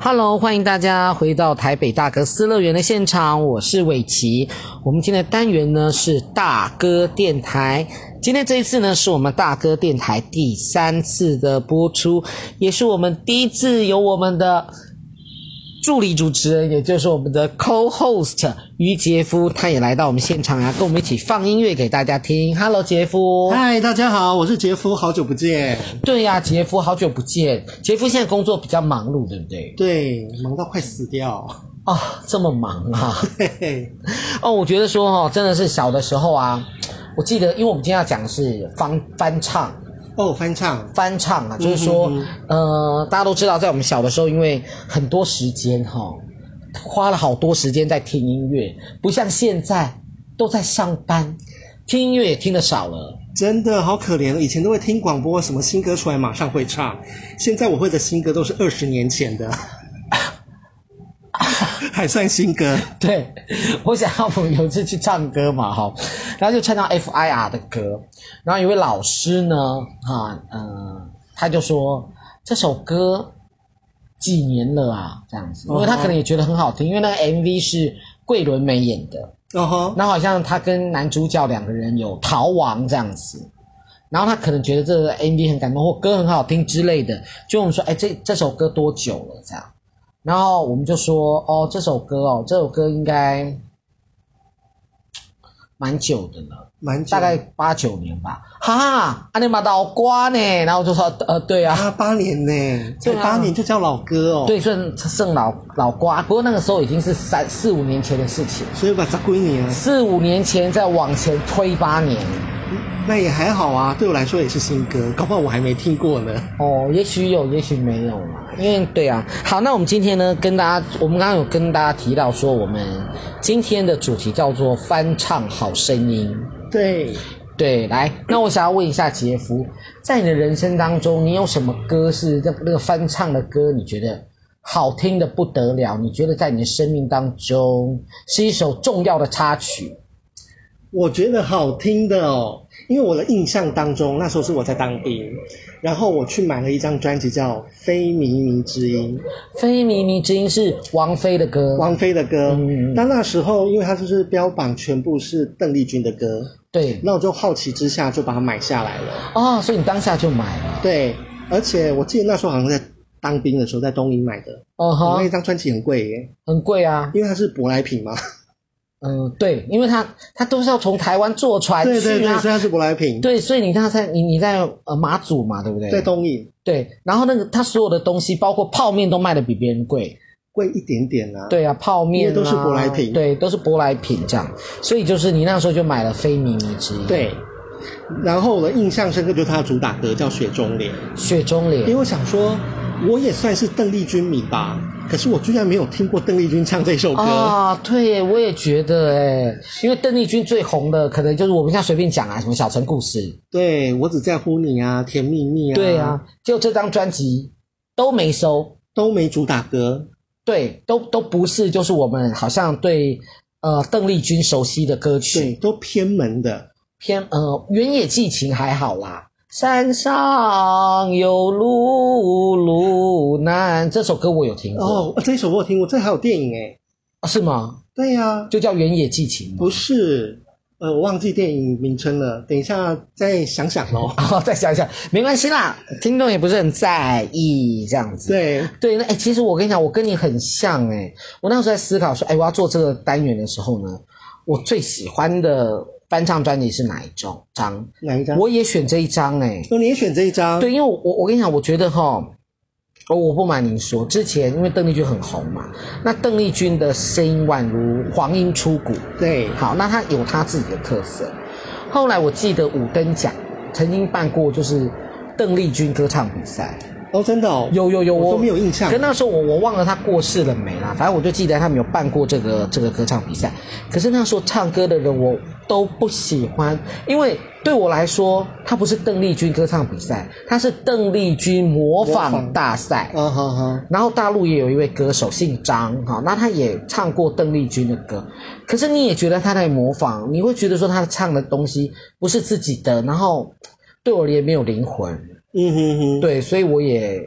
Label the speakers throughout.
Speaker 1: Hello，欢迎大家回到台北大哥斯乐园的现场，我是伟奇。我们今天的单元呢是大哥电台，今天这一次呢是我们大哥电台第三次的播出，也是我们第一次有我们的助理主持人，也就是我们的 co-host 于杰夫，他也来到我们现场啊，跟我们一起放音乐给大家听。Hello，杰夫。
Speaker 2: 嗨，大家好，我是杰夫，好久不见。
Speaker 1: 对呀、杰夫，好久不见。杰夫现在工作比较忙碌，对不对？
Speaker 2: 对，忙到快死掉。
Speaker 1: 啊、这么忙啊！
Speaker 2: 嘿嘿，
Speaker 1: 哦，我觉得说哦，真的是小的时候啊，我记得，因为我们今天要讲的是翻翻唱，
Speaker 2: 哦，翻唱，
Speaker 1: 翻唱啊，就是说，呃，大家都知道，在我们小的时候，因为很多时间哈、花了好多时间在听音乐，不像现在都在上班，听音乐也听的少了。
Speaker 2: 真的好可怜。以前都会听广播，什么新歌出来马上会唱，现在我会的新歌都是二十年前的， 还算新歌。
Speaker 1: 对，我想要我有一次去唱歌嘛，哈，然后就唱到 FIR 的歌，然后有位老师呢，啊，呃，他就说这首歌几年了啊，这样子，因为他可能也觉得很好听，因为那个 MV 是桂纶镁演的，
Speaker 2: 哦吼，
Speaker 1: 然后好像他跟男主角两个人有逃亡这样子，然后他可能觉得这个 MV 很感动，或歌很好听之类的，就我们说，哎，这这首歌多久了这样？然后我们就说，哦，这首歌哦，这首歌应该蛮久的了，
Speaker 2: 蛮久
Speaker 1: 大概八九年吧。哈哈，阿尼玛老瓜呢？然后我就说，呃，对啊，
Speaker 2: 八八年呢，
Speaker 1: 对
Speaker 2: 这
Speaker 1: 啊
Speaker 2: 八年就叫老歌哦。，
Speaker 1: 对，剩剩老老瓜。不过那个时候已经是三四五年前的事情，
Speaker 2: 所以把砸归你啊，
Speaker 1: 四五年前再往前推八年。
Speaker 2: 那也还好啊，对我来说也是新歌，搞不好我还没听过呢。
Speaker 1: 哦，也许有，也许没有嘛。因为对啊，好，那我们今天呢，跟大家，我们刚刚有跟大家提到说，我们今天的主题叫做翻唱好声音。
Speaker 2: 对，
Speaker 1: 对，来，那我想要问一下杰夫，在你的人生当中，你有什么歌是那那个翻唱的歌，你觉得好听的不得了？你觉得在你的生命当中是一首重要的插曲？
Speaker 2: 我觉得好听的哦，因为我的印象当中，那时候是我在当兵，然后我去买了一张专辑叫《非靡靡之音
Speaker 1: 《非靡靡之音》是王菲的歌》，，
Speaker 2: 王菲的歌。
Speaker 1: 嗯
Speaker 2: 但那时候因为它就是标榜全部是邓丽君的歌，
Speaker 1: 对，
Speaker 2: 那我就好奇之下就把它买下来了。
Speaker 1: 哦，所以你当下就买了，
Speaker 2: 对，而且我记得那时候好像在当兵的时候在东营买的，
Speaker 1: 哦
Speaker 2: 我
Speaker 1: 哈
Speaker 2: 那，一张专辑很贵耶，
Speaker 1: 很贵啊，
Speaker 2: 因为它是舶来品嘛。
Speaker 1: 嗯，对，因为他他都是要从台湾坐船去啊，
Speaker 2: 对对对，所以它是舶来品。
Speaker 1: 对所以你看在你你在呃马祖嘛，对不对？
Speaker 2: 在东营
Speaker 1: 对，然后那个他所有的东西，包括泡面都卖的比别人贵，
Speaker 2: 贵一点点啊。
Speaker 1: 对啊，泡面、啊、
Speaker 2: 因为都是舶来品
Speaker 1: 对，都是舶来品这样，所以就是你那时候就买了非靡靡之音，，
Speaker 2: 对。然后我的印象深刻就是它的主打歌叫《雪中莲》。
Speaker 1: 雪中
Speaker 2: 因为
Speaker 1: 莲，
Speaker 2: 我想说，我也算是邓丽君迷吧，可是我居然没有听过邓丽君唱这首歌。
Speaker 1: 啊，对耶，我也觉得哎，因为邓丽君最红的可能就是我们现在随便讲啊，什么小城故事，
Speaker 2: 对我只在乎你啊，甜蜜蜜啊，
Speaker 1: 对，啊，就这张专辑都没收，
Speaker 2: 都没主打歌。
Speaker 1: 对，都都不是，就是我们好像对呃邓丽君熟悉的歌曲，
Speaker 2: 对，都偏门的。
Speaker 1: 偏呃《原野寄情》还好啦，《山上有路路难》这首歌我有听过，
Speaker 2: 哦，这首我有听过，这还有电影哎。
Speaker 1: 啊是吗？
Speaker 2: 对呀、啊，
Speaker 1: 就叫《原野寄情》吗？。
Speaker 2: 不是，呃，我忘记电影名称了，等一下再想想喽
Speaker 1: 哦，再想一想，没关系啦，听众也不是很在意这样子。
Speaker 2: 对，
Speaker 1: 对，那哎、其实我跟你讲，我跟你很像哎、我那时候在思考说，哎、我要做这个单元的时候呢，我最喜欢的翻唱专辑是哪一种张？
Speaker 2: 哪一张？
Speaker 1: 我也选这一张哎、
Speaker 2: 哦，你也选这一张？，
Speaker 1: 对，因为我我跟你讲，我觉得哈，我我不瞒您说，之前因为邓丽君很红嘛，那邓丽君的声音宛如黄莺出谷，
Speaker 2: 对，
Speaker 1: 好，那她有她自己的特色。后来我记得五灯奖曾经办过就是邓丽君歌唱比赛，
Speaker 2: 哦，真的哦，
Speaker 1: 有有有，
Speaker 2: 我都没有印象
Speaker 1: 可那时候我我忘了他过世了没啦，反正我就记得他们有办过这个这个歌唱比赛。可是那时候唱歌的人我都不喜欢，因为对我来说，它不是邓丽君歌唱比赛，它是邓丽君模
Speaker 2: 模
Speaker 1: 仿
Speaker 2: 仿
Speaker 1: 大赛。
Speaker 2: 啊哈哈，
Speaker 1: 然后大陆也有一位歌手姓张，哈，那他也唱过邓丽君的歌，可是你也觉得他在模仿，你会觉得说他唱的东西不是自己的，然后对我而言没有灵魂。
Speaker 2: 嗯哼哼，
Speaker 1: 对，所以我也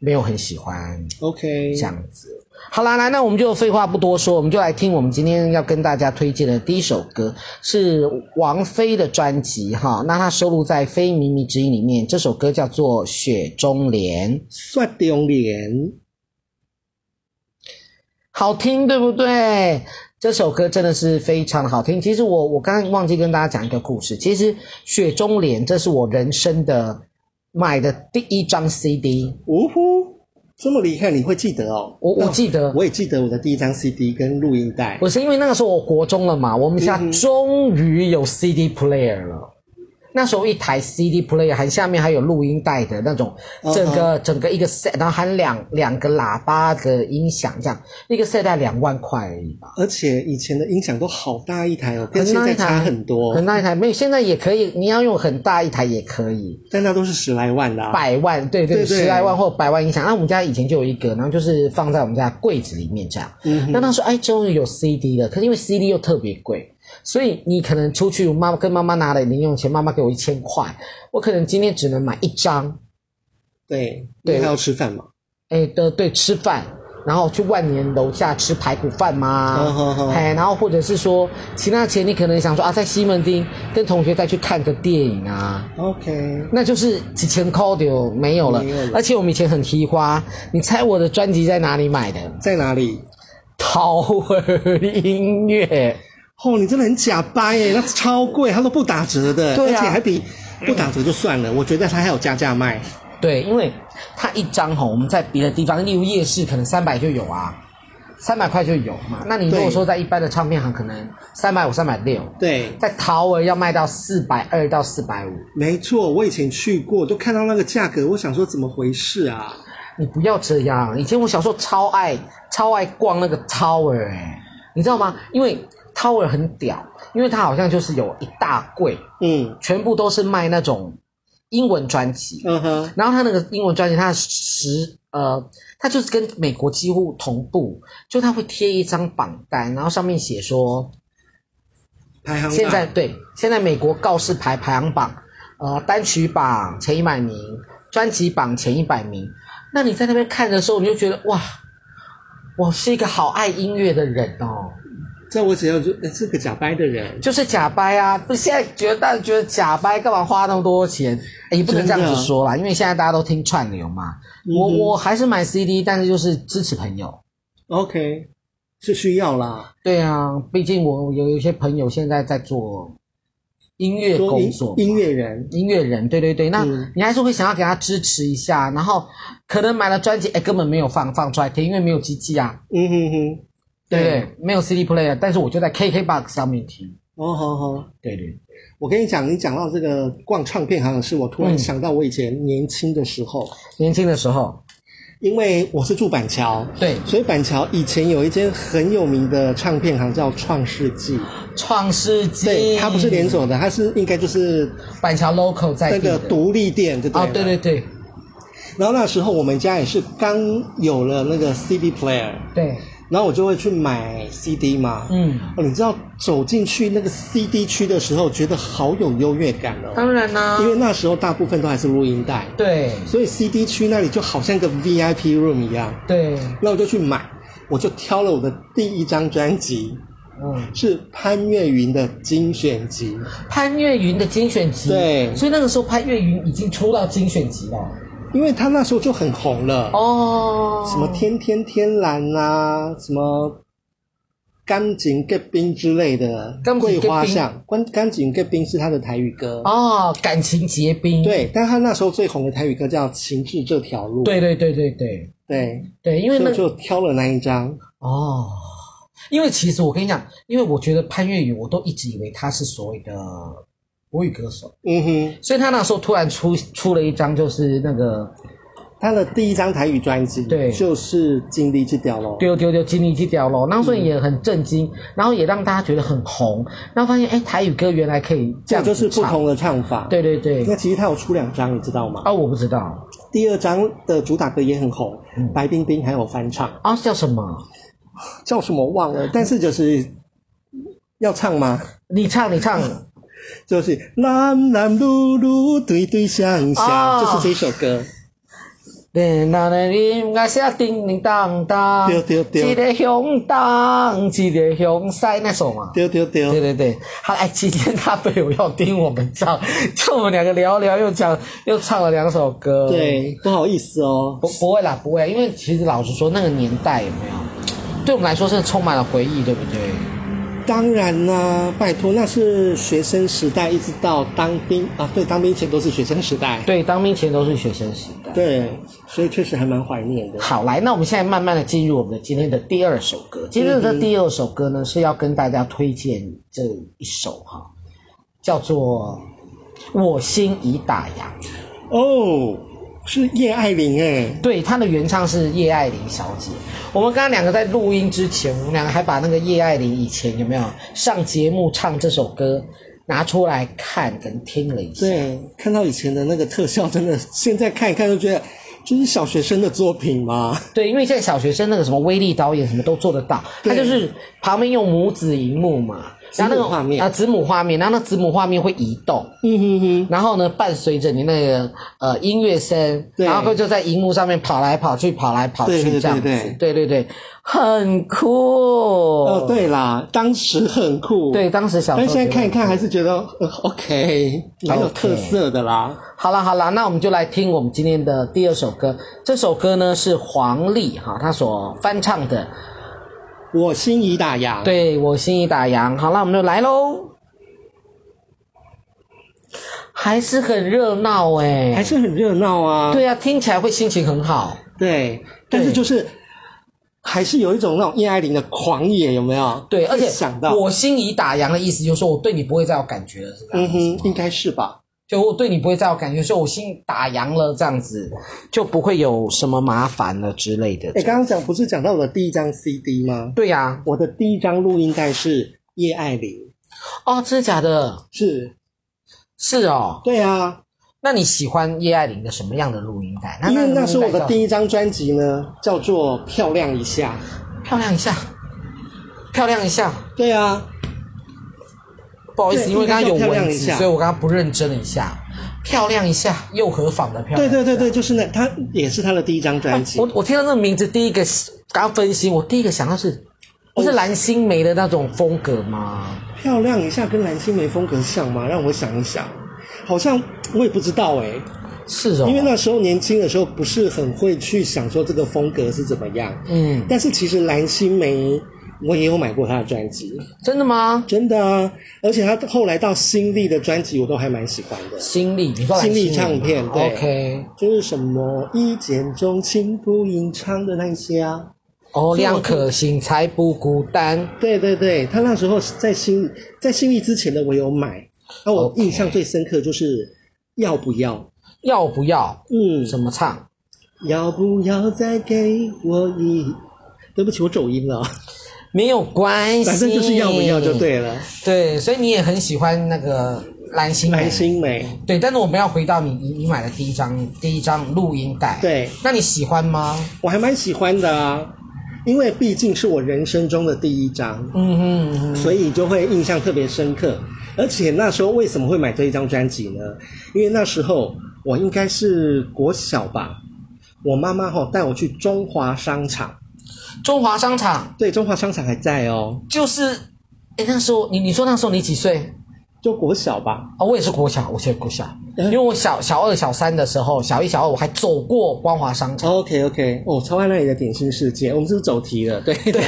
Speaker 1: 没有很喜欢
Speaker 2: OK，
Speaker 1: 这样子。好啦，来，那我们就废话不多说，我们就来听我们今天要跟大家推荐的第一首歌，是王菲的专辑哈。那它收录在《非靡靡之音》里面，这首歌叫做《雪中莲》，
Speaker 2: 算丢脸。
Speaker 1: 好听，对不对？这首歌真的是非常的好听。其实我我刚刚忘记跟大家讲一个故事，其实《雪中莲》这是我人生的买的第一张 CD，
Speaker 2: 呜呼，这么厉害，你会记得哦？
Speaker 1: 我我记得
Speaker 2: 我也记得我的第一张 CD 跟录音带。
Speaker 1: 我是因为那个时候我国中了嘛，我们家
Speaker 2: 嗯哼
Speaker 1: 终于有 CD player 了。那时候一台 CD player 还下面还有录音带的那种，
Speaker 2: 嗯哼
Speaker 1: 整个整个一个 set，然后含两两个喇叭的音响，这样一个 set 大概两万块而已吧，
Speaker 2: 而且以前的音响都好大一台哦，跟
Speaker 1: 很
Speaker 2: 现
Speaker 1: 大
Speaker 2: 在
Speaker 1: 一台
Speaker 2: 差很多，
Speaker 1: 很大一台，没有现在也可以，你要用很大一台也可以，
Speaker 2: 但那都是十来万啦、
Speaker 1: 百万对对
Speaker 2: 对对
Speaker 1: 十来万或百万音响。那我们家以前就有一个，然后就是放在我们家柜子里面这样。
Speaker 2: 嗯
Speaker 1: 那那时候哎，终于有 CD 了，可是因为 CD 又特别贵，所以你可能出去妈跟妈妈拿了零用钱，妈妈给我一千块，我可能今天只能买一张，
Speaker 2: 对，
Speaker 1: 对
Speaker 2: 因为还要吃饭嘛。
Speaker 1: 哎的对吃饭。然后去万年楼下吃排骨饭
Speaker 2: 嗯哼
Speaker 1: 嘛，
Speaker 2: 哼
Speaker 1: 哎，然后或者是说，其他钱你可能想说啊，在西门町跟同学再去看个电影啊，
Speaker 2: OK，
Speaker 1: 那就是几千块就没有了
Speaker 2: 没有了。
Speaker 1: 而且我们以前很提花，你猜我的专辑在哪里买的？
Speaker 2: 在哪里？
Speaker 1: 桃儿音乐。
Speaker 2: 哦，你真的很假掰耶，那超贵，它都不打折的，
Speaker 1: 对啊
Speaker 2: 而且还比不打折就算了，我觉得它还有加价卖。
Speaker 1: 对，因为它一张吼，我们在别的地方，例如夜市，可能三百就有啊，三百块就有嘛。那你如果
Speaker 2: 对
Speaker 1: 说在一般的唱片行，可能三百五、三百六，
Speaker 2: 对，
Speaker 1: 在桃儿要卖到四百二到四百五。
Speaker 2: 没错，我以前去过，就看到那个价格，我想说怎么回事啊？
Speaker 1: 你不要这样。以前我小时候超爱超爱逛那个 Tower，、欸、你知道吗？因为 Tower 很屌，因为它好像就是有一大柜，
Speaker 2: 嗯，
Speaker 1: 全部都是卖那种英文专辑。
Speaker 2: 嗯哼，
Speaker 1: 然后它那个英文专辑，它的十呃，它就是跟美国几乎同步，就它会贴一张榜单，然后上面写说
Speaker 2: 排行榜
Speaker 1: 现在对现在美国告示牌排行榜，呃，单曲榜前一百名，专辑榜前一百名。那你在那边看的时候，你就觉得哇，我是一个好爱音乐的人哦，
Speaker 2: 在我只要就诶是个假掰的人，
Speaker 1: 就是假掰啊！不，现在觉得大家觉得假掰，干嘛花那么多钱？哎也不能这
Speaker 2: 真的
Speaker 1: 样子说啦，因为现在大家都听串流嘛。我
Speaker 2: 嗯
Speaker 1: 我还是买 CD，但是就是支持朋友。
Speaker 2: OK，是需要啦，
Speaker 1: 对啊，毕竟我有一些朋友现在在做音乐
Speaker 2: 多
Speaker 1: 工
Speaker 2: 音
Speaker 1: 作嘛，
Speaker 2: 音乐人，
Speaker 1: 音乐人，对对对，那
Speaker 2: 嗯
Speaker 1: 你还是会想要给他支持一下，然后可能买了专辑，哎，根本没有放放出来听，因为没有机器啊，
Speaker 2: 嗯哼哼，
Speaker 1: 对不对？没有 CD player，但是我就在 KKBox 上面听，
Speaker 2: 哦好好，
Speaker 1: 对对，
Speaker 2: 我跟你讲，你讲到这个逛唱片行的事，我突
Speaker 1: 嗯
Speaker 2: 然想到我以前年轻的时候，
Speaker 1: 年轻的时候，
Speaker 2: 因为我是住板桥，
Speaker 1: 对，
Speaker 2: 所以板桥以前有一间很有名的唱片行叫创世纪，
Speaker 1: 创世纪，
Speaker 2: 对，它不是连锁的，它是应该就是
Speaker 1: 板桥 local 在
Speaker 2: 那
Speaker 1: 地的
Speaker 2: 个独立店，对不
Speaker 1: 哦，对对对
Speaker 2: 然后那时候我们家也是刚有了那个 CD player，
Speaker 1: 对，
Speaker 2: 然后我就会去买 CD 嘛。
Speaker 1: 嗯，
Speaker 2: 哦，你知道走进去那个 CD 区的时候，觉得好有优越感哦，
Speaker 1: 当然啦、
Speaker 2: 因为那时候大部分都还是录音带，
Speaker 1: 对
Speaker 2: 所以 CD 区那里就好像个 VIP room 一样。
Speaker 1: 对，
Speaker 2: 那我就去买，我就挑了我的第一张专辑，
Speaker 1: 嗯，
Speaker 2: 是潘越云的精选集。
Speaker 1: 潘越云的精选集，
Speaker 2: 对
Speaker 1: 所以那个时候潘越云已经出到精选集了，
Speaker 2: 因为他那时候就很红了，
Speaker 1: 哦，
Speaker 2: 什么天天天蓝啊，什么干井盖冰之类的
Speaker 1: 甘，井
Speaker 2: 桂花
Speaker 1: 结冰
Speaker 2: 巷，干干井盖冰是他的台语歌。
Speaker 1: 哦，感情结冰，
Speaker 2: 对，但他那时候最红的台语歌叫《情至这条路》。
Speaker 1: 对对对对对
Speaker 2: 对，
Speaker 1: 对，因为
Speaker 2: 所
Speaker 1: 那
Speaker 2: 以我就挑了那一张。
Speaker 1: 哦，因为其实我跟你讲，因为我觉得潘越云，我都一直以为他是所谓的国语歌手，
Speaker 2: 嗯哼，
Speaker 1: 所以他那时候突然出出了一张就是那个
Speaker 2: 他的第一张台语专辑
Speaker 1: 对
Speaker 2: 就是《尽力之屌喽》。
Speaker 1: 丢丢丢金立基屌咯，那时候也很震惊，然后也让大家觉得很红，然后发现哎，台语歌原来可以这
Speaker 2: 这
Speaker 1: 样子
Speaker 2: 就是不
Speaker 1: 唱，
Speaker 2: 同的唱法。，
Speaker 1: 对对对
Speaker 2: 那，其实他有出两张，你知道吗？
Speaker 1: 啊，我不知道
Speaker 2: 第二张的主打歌也很红，
Speaker 1: 嗯
Speaker 2: 白冰冰还有翻唱，
Speaker 1: 啊叫什么，
Speaker 2: 叫什么忘了，但是就是要唱吗？
Speaker 1: 你唱你唱，
Speaker 2: 就是男男女女对对相
Speaker 1: 哦
Speaker 2: 相，就是这首歌。
Speaker 1: 热闹的音乐声叮叮当当，
Speaker 2: 对对对
Speaker 1: 一个响当，一个响塞那首嘛。
Speaker 2: 丢丢丢
Speaker 1: 对，对对，他哎，今天他朋友要盯我们唱， 就我们两个聊聊，又讲又唱了两首歌。，
Speaker 2: 对，不好意思哦。
Speaker 1: 不不会啦，不会，因为其实老实说，那个年代有没有，对我们来说是充满了回忆，对不对？
Speaker 2: 当然啦、拜托，那是学生时代，一直到当兵啊，对，当兵前都是学生时代。
Speaker 1: 对，当兵前都是学生时代。
Speaker 2: 对，所以确实还蛮怀念的。
Speaker 1: 好，来，那我们现在慢慢的进入我们的今天的第二首歌。今天的第二首歌呢，是要跟大家推荐这一首哈，叫做《我心已打烊》。
Speaker 2: 哦，是叶爱玲哎，
Speaker 1: 对，她的原唱是叶爱玲小姐。我们刚刚两个在录音之前，我们两个还把那个叶爱玲以前有没有上节目唱这首歌拿出来看跟听了一下。
Speaker 2: 对，看到以前的那个特效，真的现在看一看就觉得，就是小学生的作品嘛。
Speaker 1: 对，因为现在小学生那个什么威力导演什么都做得到，他
Speaker 2: 对
Speaker 1: 就是旁边用母子荧幕嘛，然后那
Speaker 2: 子
Speaker 1: 个
Speaker 2: 母画面
Speaker 1: 啊、子母画面，然后那子母画面会移动，
Speaker 2: 嗯哼哼，
Speaker 1: 然后呢伴随着你那个呃音乐声，
Speaker 2: 对
Speaker 1: 然后就在荧幕上面跑来跑去，跑来跑
Speaker 2: 对
Speaker 1: 去
Speaker 2: 对
Speaker 1: 这样子，
Speaker 2: 对
Speaker 1: 对对对很酷。
Speaker 2: 哦，对啦，当时很酷。
Speaker 1: 对，。当时小时
Speaker 2: 但
Speaker 1: 候
Speaker 2: 现在
Speaker 1: 觉得
Speaker 2: 看一看，还是觉得、呃 OK，蛮有特色的啦。
Speaker 1: 好啦好啦，那我们就来听我们今天的第二首歌，这首歌呢是黄丽哈她所翻唱的，
Speaker 2: 我心已打烊。
Speaker 1: 对我心已打烊。好了，我们就来喽。还是很热闹哎、
Speaker 2: 还是很热闹啊。
Speaker 1: 对啊，听起来会心情很好。
Speaker 2: 对，但是就是还是有一种那种叶爱玲的狂野，有没有？
Speaker 1: 对，而且
Speaker 2: 一想到，
Speaker 1: 我心已打烊的意思就是说我对你不会再有感觉了，是吧？
Speaker 2: 嗯哼，应该是吧？
Speaker 1: 就我对你不会再有感觉，说我心打烊了这样子，就不会有什么麻烦了之类的。
Speaker 2: 哎，刚刚讲不是讲到我的第一张 CD 吗？
Speaker 1: 对啊呀、
Speaker 2: 我的第一张录音带是叶爱玲，
Speaker 1: 哦，真的假的？
Speaker 2: 是
Speaker 1: 是哦，
Speaker 2: 对啊，
Speaker 1: 那你喜欢叶爱玲的什么样的录音带？那
Speaker 2: 因为
Speaker 1: 个
Speaker 2: 那时候
Speaker 1: 录
Speaker 2: 我
Speaker 1: 音带
Speaker 2: 的
Speaker 1: 叫
Speaker 2: 第一张专辑呢，叫做《漂亮一下
Speaker 1: 漂亮一下，漂亮一下。》。
Speaker 2: 对啊，
Speaker 1: 不好意思，
Speaker 2: 对
Speaker 1: 因为刚刚有
Speaker 2: 应该叫漂
Speaker 1: 蚊
Speaker 2: 亮一
Speaker 1: 子，
Speaker 2: 下
Speaker 1: 所以我刚刚不认真了一下。漂亮一下，又何妨的漂亮
Speaker 2: 对
Speaker 1: 一下。
Speaker 2: 对对对，就是那，她也是她的第一张专辑
Speaker 1: 我。我听到这个名字，第一个刚分析，我第一个想到是，
Speaker 2: 哦
Speaker 1: 不是蓝心湄的那种风格吗？
Speaker 2: 漂亮一下跟蓝心湄风格像吗？让我想一想，好像我也不知道哎、
Speaker 1: 是哦，
Speaker 2: 因为那时候年轻的时候不是很会去想说这个风格是怎么样，
Speaker 1: 嗯，
Speaker 2: 但是其实蓝心湄我也有买过她的专辑，
Speaker 1: 真的吗？
Speaker 2: 真的啊，而且她后来到新力的专辑我都还蛮喜欢的，
Speaker 1: 心力，你说蓝
Speaker 2: 心力
Speaker 1: 湄
Speaker 2: 唱片对
Speaker 1: OK，
Speaker 2: 就是什么一见钟情不隐藏的那一些啊，
Speaker 1: 哦，两颗心才不孤单。
Speaker 2: 对对对，她那时候在新在新力之前的我有买，那我
Speaker 1: OK
Speaker 2: 印象最深刻就是要不要，
Speaker 1: 要不要？
Speaker 2: 嗯，
Speaker 1: 怎么唱？
Speaker 2: 要不要再给我一？对不起，我走音了，
Speaker 1: 没有关系，
Speaker 2: 反正就是要不要就对了。
Speaker 1: 对，所以你也很喜欢那个蓝心湄
Speaker 2: 蓝心湄，
Speaker 1: 对，但是我们要回到你你你买的第一张第一张录音带，，
Speaker 2: 对
Speaker 1: 那你喜欢吗？
Speaker 2: 我还蛮喜欢的啊，因为毕竟是我人生中的第一张，
Speaker 1: 嗯嗯嗯，
Speaker 2: 所以就会印象特别深刻。而且那时候为什么会买这一张专辑呢？因为那时候我应该是国小吧，我妈妈吼带我去中华商场，
Speaker 1: 中华商场
Speaker 2: 对，中华商场还在哦，
Speaker 1: 就是，哎，那时候你你说那时候你几岁？
Speaker 2: 就国小吧，
Speaker 1: 哦，我也是国小，我也是国小，
Speaker 2: 嗯
Speaker 1: 因为我小小二小三的时候，小一小二我还走过光华商场，
Speaker 2: OK OK，哦，超爱那里的点心世界，我们是不是走题了？对对，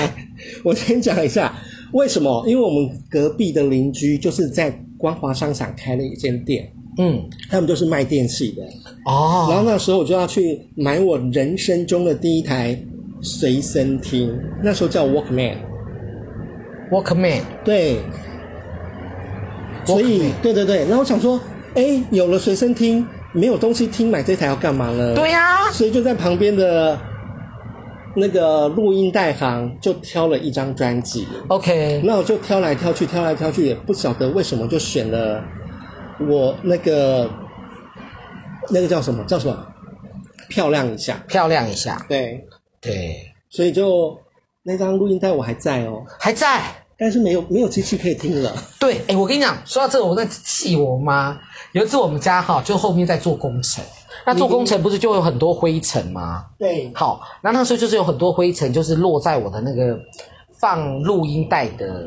Speaker 2: 我先讲一下为什么，因为我们隔壁的邻居就是在光华商场开了一间店，
Speaker 1: 嗯，
Speaker 2: 他们就是卖电器的。然
Speaker 1: 哦，
Speaker 2: 后那时候我就要去买我人生中的第一台随身听，那时候叫 Walkman，
Speaker 1: Walkman，
Speaker 2: 对，所以对对对，然后我想说，哎，有了随身听，没有东西听，买这台要干嘛呢？
Speaker 1: 对呀、
Speaker 2: 所以就在旁边的那个录音带行就挑了一张专辑，
Speaker 1: o k
Speaker 2: 那我就挑来挑去，挑来挑去，也不晓得为什么就选了我那个那个叫什么叫什么漂亮一下，
Speaker 1: 漂亮一下，
Speaker 2: 对，
Speaker 1: 对，
Speaker 2: 所以就那张录音带我还在哦，
Speaker 1: 还在。
Speaker 2: 但是没有没有机器可以听了，
Speaker 1: 对，哎，我跟你讲，说到这个，我在气我妈。有一次我们家哈，就后面在做工程，那做工程不是就有很多灰尘吗？
Speaker 3: 对，
Speaker 1: 好，那那时候就是有很多灰尘，就是落在我的那个放录音带的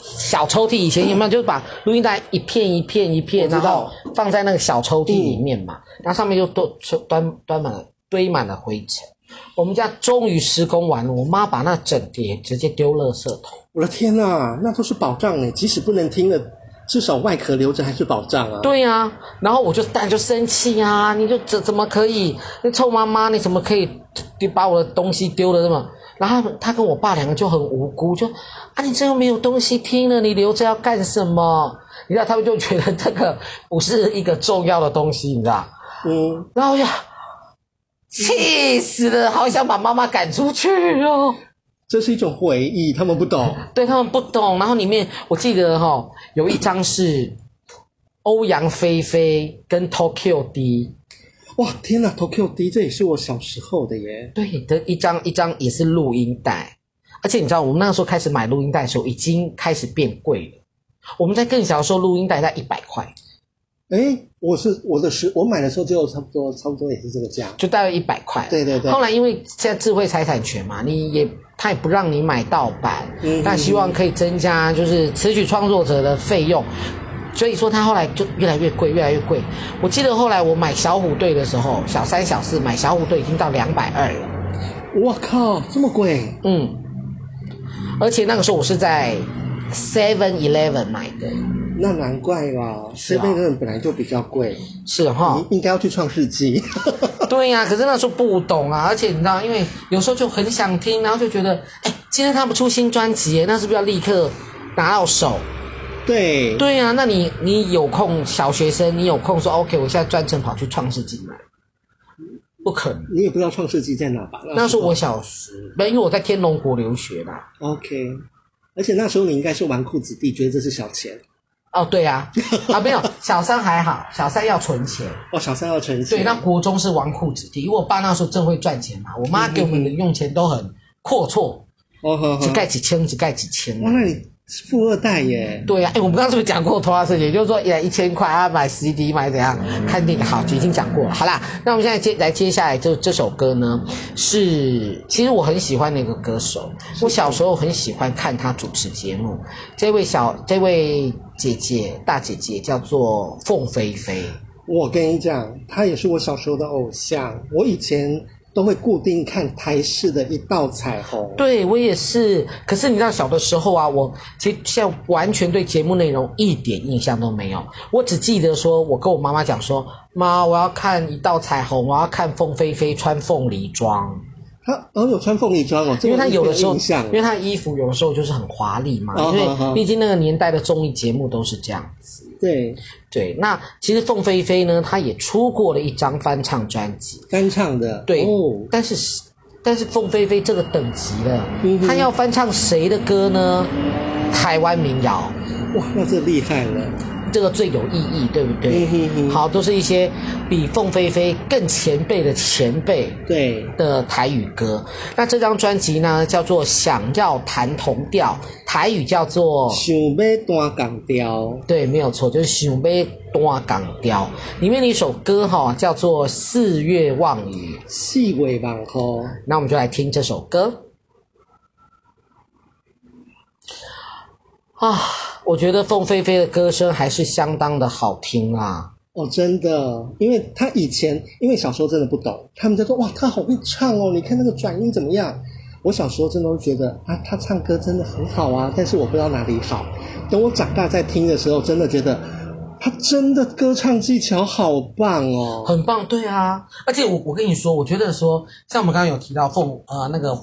Speaker 1: 小抽屉。以前有没有就是把录音带一片一片一片，
Speaker 3: 我
Speaker 1: 然
Speaker 3: 知道
Speaker 1: 后放在那个小抽屉里面嘛，然后上面就都就端端满了堆满了灰尘。我们家终于施工完了，我妈把那整叠直接丢垃圾桶。
Speaker 2: 我的天呐、那都是宝藏哎！即使不能听了，至少外壳留着还是宝藏啊。，
Speaker 1: 对呀、然后我就当然就生气啊！你就怎怎么可以？那臭妈妈，你怎么可以丢把我的东西丢了这么？然后他们他跟我爸两个就很无辜，就啊你这又没有东西听了，你留着要干什么？你知道他们就觉得这个不是一个重要的东西，你知道？
Speaker 2: 嗯，
Speaker 1: 然后我就气死了，好想把妈妈赶出去哦。
Speaker 2: 这是一种回忆，他们不懂。
Speaker 1: 对他们不懂。然后里面我记得哈、有一张是欧阳菲菲跟 Tokyo D
Speaker 2: 哇，天呐 t o k y o D 这也是我小时候的耶。
Speaker 1: 对的一张一张也是录音带，而且你知道我们那个时候开始买录音带的时候，已经开始变贵了。我们在更小的时候，录音带在一百块，
Speaker 2: 哎，我是我的时，我买的时候就差不多，差不多也是这个价。
Speaker 1: 就大概一百块。
Speaker 2: 对对对
Speaker 1: 后来因为现在智慧财产权嘛，你也他也不让你买盗版，
Speaker 2: 嗯
Speaker 1: 但希望可以增加就是词曲创作者的费用，所以说他后来就越来越贵，越来越贵。我记得后来我买小虎队的时候，小三小四买小虎队已经到两百二了。
Speaker 2: 我靠，这么贵！
Speaker 1: 嗯，而且那个时候我是在 Seven Eleven 买的，
Speaker 2: 那难怪啦，
Speaker 1: 是啊
Speaker 2: Seven Eleven 本来就比较贵，
Speaker 1: 是哈
Speaker 2: 你，应该要去创世纪。
Speaker 1: 对啊呀、可是那时候不懂啊，而且你知道，因为有时候就很想听，然后就觉得，哎，今天他们出新专辑耶，那是不是要立刻拿到手？
Speaker 2: 对，
Speaker 1: 对呀、那你你有空，小学生你有空说 OK，我现在专程跑去创世纪买，不可能。
Speaker 2: 你也不知道创世纪在哪吧？
Speaker 1: 那时候我小时，没因为我在天龙国留学嘛。
Speaker 2: OK，而且那时候你应该是纨绔子弟，觉得这是小钱。
Speaker 1: 哦，对呀、啊，没有小三还好，小三要存钱。
Speaker 2: 哦，小三要存钱。
Speaker 1: 对，那国中是纨绔子弟，因为我爸那时候正会赚钱嘛，我妈给我们的用钱都很阔绰，
Speaker 2: 哦呵
Speaker 1: 只
Speaker 2: 呵，
Speaker 1: 盖几千，只盖几千。啊
Speaker 2: 哇，那你是富二代耶！
Speaker 1: 对呀、哎，我们刚刚是不是讲过同样事情？也就是说，也一千块啊，买 CD，买怎样
Speaker 2: 嗯
Speaker 1: 看电影？好，已经讲过了。好啦，那我们现在接来接下来就这首歌呢，是其实我很喜欢的一个歌手，我小时候很喜欢看他主持节目。这位小这位姐姐大姐姐叫做凤飞飞，
Speaker 2: 我跟你讲，他也是我小时候的偶像。我以前都会固定看台式的一道彩虹。
Speaker 1: 对我也是，可是你知道小的时候啊，我其实现在完全对节目内容一点印象都没有，我只记得说我跟我妈妈讲说，妈，我要看一道彩虹，我要看凤飞飞穿凤梨装，
Speaker 2: 他哦有穿凤梨装哦，这
Speaker 1: 因为
Speaker 2: 个
Speaker 1: 她
Speaker 2: 我
Speaker 1: 有的时候，
Speaker 2: 印象
Speaker 1: 因为她的衣服有的时候就是很华丽嘛，
Speaker 2: 哦
Speaker 1: 因
Speaker 2: 好好
Speaker 1: 为毕竟那个年代的综艺节目都是这样。
Speaker 2: 对
Speaker 1: 对，那其实凤飞飞呢，她也出过了一张翻唱专辑，
Speaker 2: 翻唱的
Speaker 1: 对，
Speaker 2: 哦，
Speaker 1: 但是但是凤飞飞这个等级了，
Speaker 2: 嗯哼
Speaker 1: 她要翻唱谁的歌呢？台湾民谣，
Speaker 2: 哇，那这厉害了。
Speaker 1: 这个最有意义，对不对？
Speaker 2: 嗯哼哼
Speaker 1: 好，都是一些比凤飞飞更前辈的前辈
Speaker 2: 对，
Speaker 1: 的台语歌。那这张专辑呢，叫做《想要弹同调》，台语叫做
Speaker 2: 想要单港调，
Speaker 1: 对，没有错，就是想被断港调。里面的一首歌哈、叫做《四月望雨》，
Speaker 2: 四月万号。
Speaker 1: 那我们就来听这首歌。啊，我觉得凤飞飞的歌声还是相当的好听啊。
Speaker 2: 哦，真的，因为他以前因为小时候真的不懂，他们就说哇，他好会唱哦，你看那个转音怎么样？我小时候真的会觉得啊，他唱歌真的很好啊，但是我不知道哪里好。等我长大再听的时候，真的觉得他真的歌唱技巧好棒哦。
Speaker 1: 很棒，对啊，而且我我跟你说，我觉得说，像我们刚刚有提到凤呃那个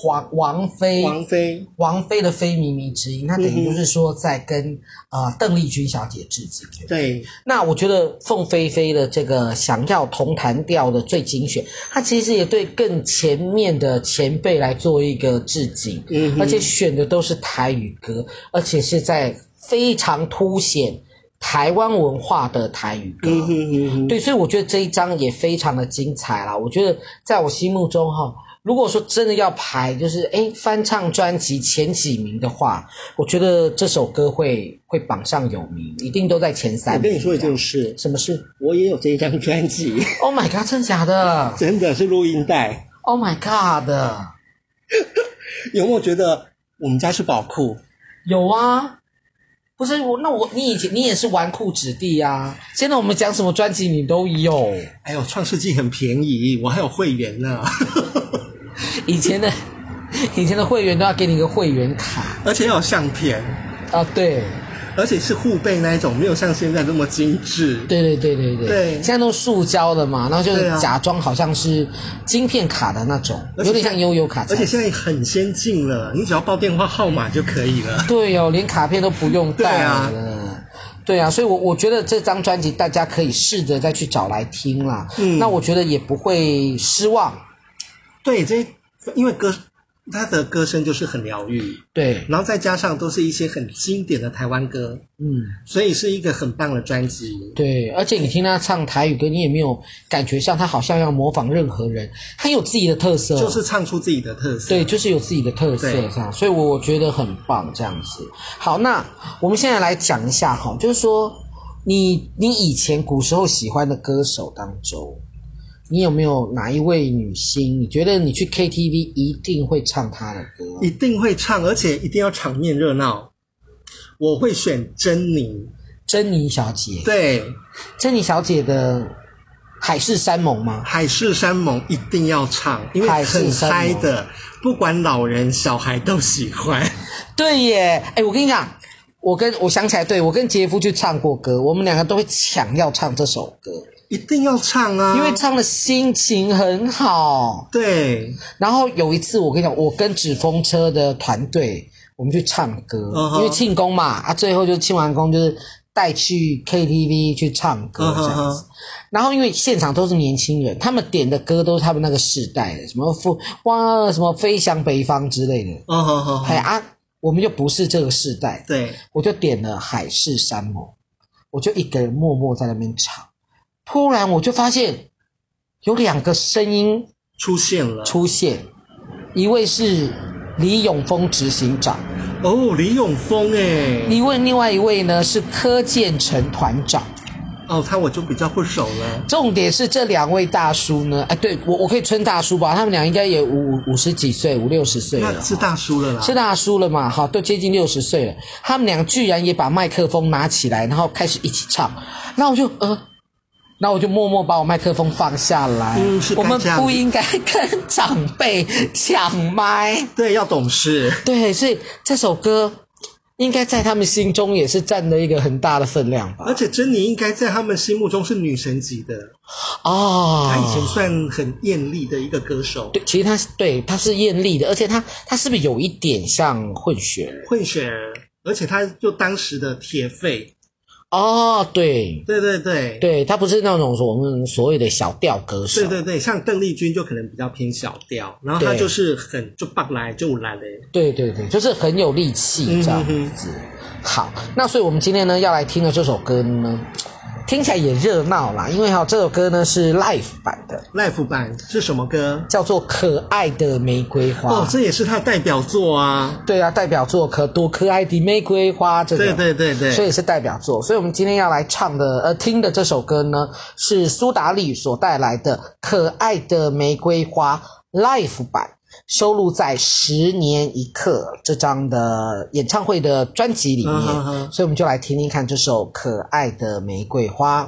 Speaker 1: 黄王菲
Speaker 2: 王菲，
Speaker 1: 王菲的非靡靡之音，她等于就是说在跟、呃邓丽君小姐致敬。对不对
Speaker 2: 对，
Speaker 1: 那我觉得凤飞飞的这个想要同弹调的最精选，她其实也对更前面的前辈来做一个致敬，
Speaker 2: 嗯哼
Speaker 1: 而且选的都是台语歌，而且是在非常凸显台湾文化的台语歌。
Speaker 2: 嗯哼哼哼，
Speaker 1: 对，所以我觉得这一章也非常的精彩啦。我觉得在我心目中哈、如果说真的要排，就是哎翻唱专辑前几名的话，我觉得这首歌会会榜上有名，一定都在前三
Speaker 2: 哎我
Speaker 1: 名。
Speaker 2: 跟你说一件事，
Speaker 1: 什么事
Speaker 2: 我也有这一张专辑，
Speaker 1: ？Oh my god，真假的
Speaker 2: 真的是录音带。
Speaker 1: ？Oh my god，
Speaker 2: 有没有觉得我们家是宝库？
Speaker 1: 有啊。不是我，那我你以前你也是纨绔子弟啊！现在我们讲什么专辑你都有，
Speaker 2: 还有创世纪很便宜，我还有会员呢。
Speaker 1: 以前的 以前的会员都要给你一个会员卡
Speaker 2: 而且要有相片，
Speaker 1: 啊，对
Speaker 2: 而且是护背那一种，没有像现在那么精致。
Speaker 1: 对对对对对，
Speaker 2: 对
Speaker 1: 现在都塑胶的嘛，然后就
Speaker 2: 对啊
Speaker 1: 假装好像是晶片卡的那种，
Speaker 2: 而且
Speaker 1: 有点像悠游卡这
Speaker 2: 而
Speaker 1: 样，
Speaker 2: 且现在很先进了，你只要报电话号码就可以了。
Speaker 1: 对哦，连卡片都不用带了。
Speaker 2: 对啊
Speaker 1: 对啊，所以我，我觉得这张专辑大家可以试着再去找来听啦。
Speaker 2: 嗯
Speaker 1: 那我觉得也不会失望。
Speaker 2: 对，这因为歌他的歌声就是很疗愈，
Speaker 1: 对，
Speaker 2: 然后再加上都是一些很经典的台湾歌，
Speaker 1: 嗯，
Speaker 2: 所以是一个很棒的专辑。
Speaker 1: 对，而且你听他唱台语歌，你也没有感觉像他好像要模仿任何人，他有自己的特色，
Speaker 2: 就是唱出自己的特色。
Speaker 1: 对，就是有自己的特色
Speaker 2: 对
Speaker 1: 这样，所以我我觉得很棒这样子。好，那我们现在来讲一下哈，就是说你你以前古时候喜欢的歌手当中，你有没有哪一位女星，你觉得你去 KTV 一定会唱她的歌？
Speaker 2: 一定会唱，而且一定要场面热闹。我会选珍妮，
Speaker 1: 珍妮小姐，
Speaker 2: 对，《
Speaker 1: 珍妮小姐的《海誓山盟》吗？
Speaker 2: 海誓山盟》一定要唱，因为
Speaker 1: 海誓
Speaker 2: 很
Speaker 1: 山
Speaker 2: 嗨
Speaker 1: 盟
Speaker 2: 的，不管老人小孩都喜欢。
Speaker 1: 对耶，哎，我跟你讲，我跟我想起来，对我跟杰夫去唱过歌，我们两个都会抢要唱这首歌，
Speaker 2: 一定要唱啊！
Speaker 1: 因为唱的心情很好。
Speaker 2: 对，
Speaker 1: 然后有一次，我跟你讲，我跟纸风车的团队，我们去唱歌
Speaker 2: 嗯哼
Speaker 1: 因为庆功嘛，啊，最后就庆完功就是带去 KTV 去唱歌
Speaker 2: 嗯
Speaker 1: 这
Speaker 2: 哼
Speaker 1: 样子。
Speaker 2: 哼，
Speaker 1: 然后因为现场都是年轻人，他们点的歌都是他们那个世代的，什么风哇，什么飞向北方之类的。
Speaker 2: 嗯哼哼
Speaker 1: 哎
Speaker 2: 哼，
Speaker 1: 啊，我们就不是这个世代，
Speaker 2: 对，
Speaker 1: 我就点了《海誓山盟》，我就一个人默默在那边唱。突然我就发现有两个声音
Speaker 2: 出现了。
Speaker 1: 出现，一位是李永峰执行长，
Speaker 2: 哦，李永峰哎，
Speaker 1: 一位另外一位呢是柯建成团长。
Speaker 2: 哦，他我就比较不熟了。
Speaker 1: 重点是这两位大叔呢，哎，对我我可以称大叔吧，他们俩应该也五五五十几岁，五六十岁
Speaker 2: 那
Speaker 1: 了。
Speaker 2: 是大叔了啦。
Speaker 1: 啊是大叔了嘛？哈，都接近六十岁了，他们俩居然也把麦克风拿起来，然后开始一起唱。那我就呃，那我就默默把我麦克风放下来。
Speaker 2: 嗯是该
Speaker 1: 我们
Speaker 2: 这样
Speaker 1: 不
Speaker 2: 子
Speaker 1: 应该跟长辈抢麦。
Speaker 2: 对，要懂事。
Speaker 1: 对，所以这首歌应该在他们心中也是占了一个很大的分量吧
Speaker 2: 而。且珍妮应该在他们心目中是女神级的，
Speaker 1: 哦，
Speaker 2: 她以前算很艳丽的一个歌手，
Speaker 1: 对，其实他是对他是艳丽的，而且他他是不是有一点像混血儿？
Speaker 2: 混血儿，而且她就当时的铁肺，
Speaker 1: 哦，对
Speaker 2: 对对对，
Speaker 1: 对，他不是那种我们所谓的小调歌手。
Speaker 2: 对对对，像邓丽君就可能比较偏小调，然后她
Speaker 1: 对
Speaker 2: 就是很就棒来就来嘞，
Speaker 1: 对对对，就是很有力气这样子。好，那所以我们今天呢要来听的这首歌呢，听起来也热闹啦，因为哈、这首歌呢是 live 版的，
Speaker 2: live 版是什么歌？
Speaker 1: 叫做《可爱的玫瑰花》。
Speaker 2: 哦，这也是她的代表作啊！
Speaker 1: 对啊，代表作可多可爱的玫瑰花这个，
Speaker 2: 对对对啊
Speaker 1: 所
Speaker 2: 对，
Speaker 1: 以是代表作。所以我们今天要来唱的呃听的这首歌呢，是苏打绿所带来的《可爱的玫瑰花》Live 版，收录在《十年一刻》这张的演唱会的专辑里面。
Speaker 2: 嗯哼哼
Speaker 1: 所以我们就来听听看这首《可爱的玫瑰花》。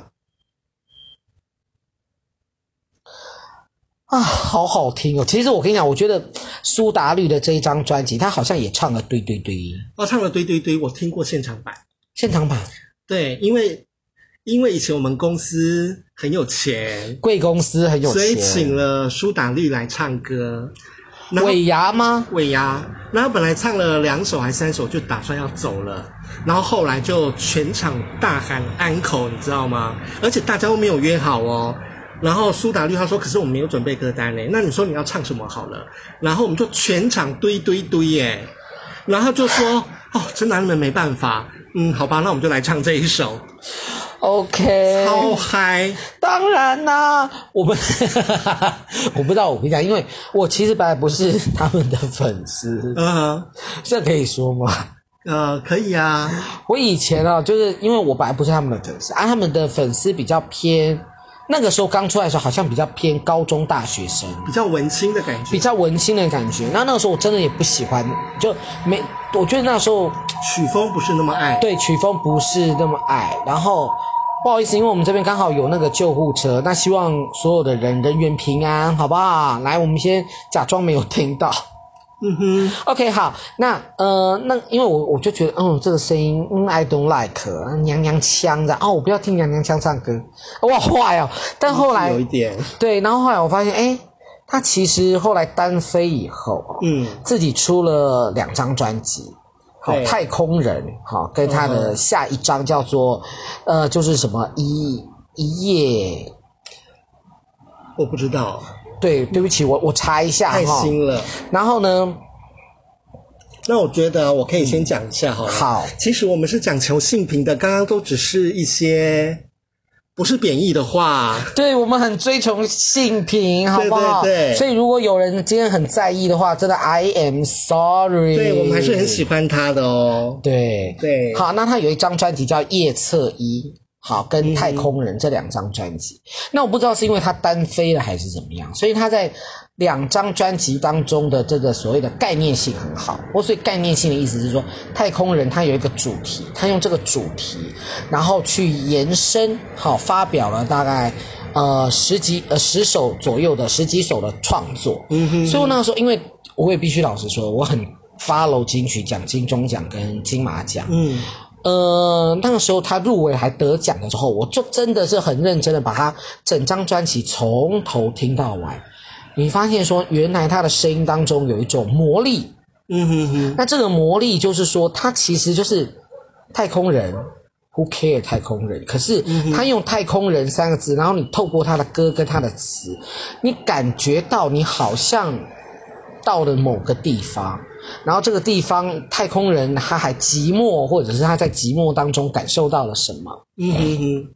Speaker 1: 啊，好好听哦！其实我跟你讲，我觉得苏打绿的这一张专辑，他好像也唱了《对对对》
Speaker 2: 哦，唱了堆堆堆，我听过现场版。
Speaker 1: 现场版。
Speaker 2: 对，因为因为以前我们公司很有钱，
Speaker 1: 贵公司很有
Speaker 2: 所以
Speaker 1: 钱，
Speaker 2: 请了苏打绿来唱歌。然后
Speaker 1: 尾牙吗？
Speaker 2: 尾牙，然后本来唱了两首还三首，就打算要走了，然后后来就全场大喊安口，你知道吗？而且大家都没有约好哦。然后苏打绿他说：“可是我们没有准备歌单嘞，那你说你要唱什么好了？”然后我们就全场堆堆堆耶，然后就说：“哦，真拿你们没办法，嗯，好吧，那我们就来唱这一首。”
Speaker 1: OK，
Speaker 2: 超嗨，
Speaker 1: 当然啦、我不， 我不知道我会讲，因为我其实本来不是他们的粉丝，
Speaker 2: 嗯
Speaker 1: 这可以说吗？
Speaker 2: 呃，可以啊，
Speaker 1: 我以前啊，就是因为我本来不是他们的粉丝，啊，他们的粉丝比较偏，那个时候刚出来的时候，好像比较偏高中大学生，
Speaker 2: 比较文青的感觉
Speaker 1: 比，较文青的感觉。那那个时候我真的也不喜欢，就没，我觉得那时候
Speaker 2: 曲风不是那么爱。
Speaker 1: 对曲风不是那么矮，然后不好意思，因为我们这边刚好有那个救护车，那希望所有的人人员平安，好不好？来，我们先假装没有听到。
Speaker 2: 嗯哼，
Speaker 1: OK，好，那呃，那因为我我就觉得，嗯，这个声音，嗯，I don't like，娘娘腔的，哦，我不要听娘娘腔唱歌，哇，坏哦。但后来
Speaker 2: 有一点，
Speaker 1: 对，然后后来我发现，哎，他其实后来单飞以后，
Speaker 2: 嗯，
Speaker 1: 自己出了两张专辑，好，
Speaker 2: 对嗯
Speaker 1: 太空人，好，跟他的下一张叫做，呃，就是什么一一夜，
Speaker 2: 我不知道，
Speaker 1: 对，对不起，我我查一下
Speaker 2: 太
Speaker 1: 哈，
Speaker 2: 新了。
Speaker 1: 然后呢，
Speaker 2: 那我觉得啊我可以先讲一下好了。
Speaker 1: 好
Speaker 2: 其实我们是讲求性平的，刚刚都只是一些不是贬义的话。
Speaker 1: 对我们很追求性平，好不好？
Speaker 2: 对对对
Speaker 1: 所以如果有人今天很在意的话，真的 I am sorry。
Speaker 2: 对，我们还是很喜欢他的哦。
Speaker 1: 对
Speaker 2: 对
Speaker 1: 好，那他有一张专辑叫《夜侧一》，好，跟
Speaker 2: 嗯
Speaker 1: 《太空人》这两张专辑。那我不知道是因为他单飞了还是怎么样，所以他在两张专辑当中的这个所谓的概念性很好。我所以概念性的意思是说，《太空人》他有一个主题，他用这个主题，然后去延伸，好，发表了大概。呃，十几呃十首左右的十几首的创作，嗯哼，所以我那个时候，因为我也必须老实说，我很 follow 金曲奖、金钟奖跟金马奖，
Speaker 2: 嗯，
Speaker 1: 呃，那个时候他入围还得奖的时候，我就真的是很认真的把他整张专辑从头听到完。你发现说，原来他的声音当中有一种魔力，
Speaker 2: 嗯哼哼，
Speaker 1: 那这个魔力就是说，他其实就是太空人，Who care 太空人？可是他用太空人三个字，然后你透过他的歌跟他的词，你感觉到你好像到了某个地方，然后这个地方太空人他还寂寞，或者是他在寂寞当中感受到了什么？
Speaker 2: 嗯哼哼，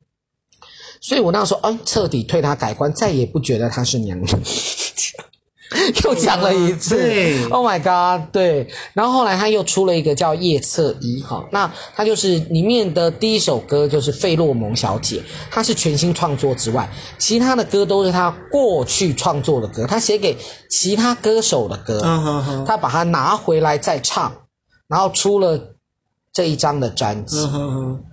Speaker 1: 所以我那时候，哎，彻底对他改观，再也不觉得他是娘娘。 又讲了一次
Speaker 2: 对
Speaker 1: ，Oh my god，对。然后后来他又出了一个叫《夜侧一》哈，那他就是里面的第一首歌就是《费洛蒙小姐》，她是全新创作之外，其他的歌都是他过去创作的歌，他写给其他歌手的歌。
Speaker 2: 嗯哼哼，
Speaker 1: 他把它拿回来再唱，然后出了这一张的专辑，
Speaker 2: 嗯哼哼，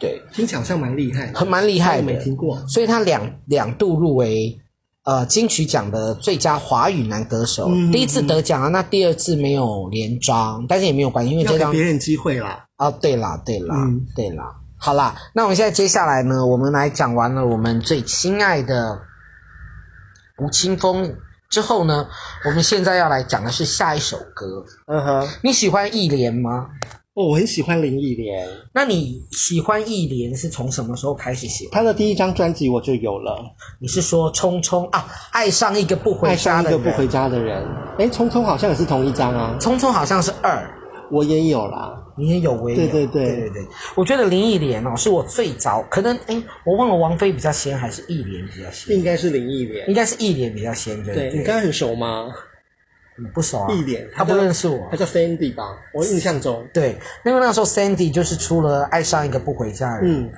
Speaker 1: 对，
Speaker 2: 听起来好像蛮厉害的，
Speaker 1: 很蛮厉害
Speaker 2: 我没
Speaker 1: 的。
Speaker 2: 听过。
Speaker 1: 所以他两两度入围呃金曲奖的最佳华语男歌手，
Speaker 2: 嗯
Speaker 1: 第一次得奖啊，那第二次没有连庄，但是也没有关系，因为
Speaker 2: 要
Speaker 1: 这
Speaker 2: 给
Speaker 1: 张
Speaker 2: 别人机会啦。
Speaker 1: 啊，对啦，对啦，
Speaker 2: 嗯
Speaker 1: 对啦。好啦，那我们现在接下来呢，我们来讲完了我们最亲爱的吴青峰之后呢，我们现在要来讲的是下一首歌。
Speaker 2: 嗯哼，
Speaker 1: 你喜欢忆莲吗？
Speaker 2: 哦，我很喜欢林忆莲，
Speaker 1: 那你喜欢忆莲是从什么时候开始喜欢？
Speaker 2: 她的第一张专辑我就有了，
Speaker 1: 你是说《匆匆》啊，爱上一个不
Speaker 2: 《爱
Speaker 1: 回家
Speaker 2: 上一
Speaker 1: 的
Speaker 2: 个
Speaker 1: 人？
Speaker 2: 不回家的人》。哎，《匆匆》好像也是同一张啊，
Speaker 1: 匆匆好像是二，
Speaker 2: 我也有啦。
Speaker 1: 你也有我也有。
Speaker 2: 对对对
Speaker 1: 对对对，我觉得林忆莲哦，是我最早可能哎，我忘了王菲比较先还是忆莲比较先，
Speaker 2: 应该是林忆莲
Speaker 1: 应。该是忆莲比较先对不
Speaker 2: 对
Speaker 1: 对。
Speaker 2: 你刚刚很熟吗？
Speaker 1: 嗯不熟啊，
Speaker 2: 忆莲，
Speaker 1: 他不
Speaker 2: 叫
Speaker 1: 认识我。
Speaker 2: 他叫 Sandy 吧？我印象中，
Speaker 1: 对，因为那时候 Sandy 就是出了《爱上一个不回家的人》，
Speaker 2: 嗯，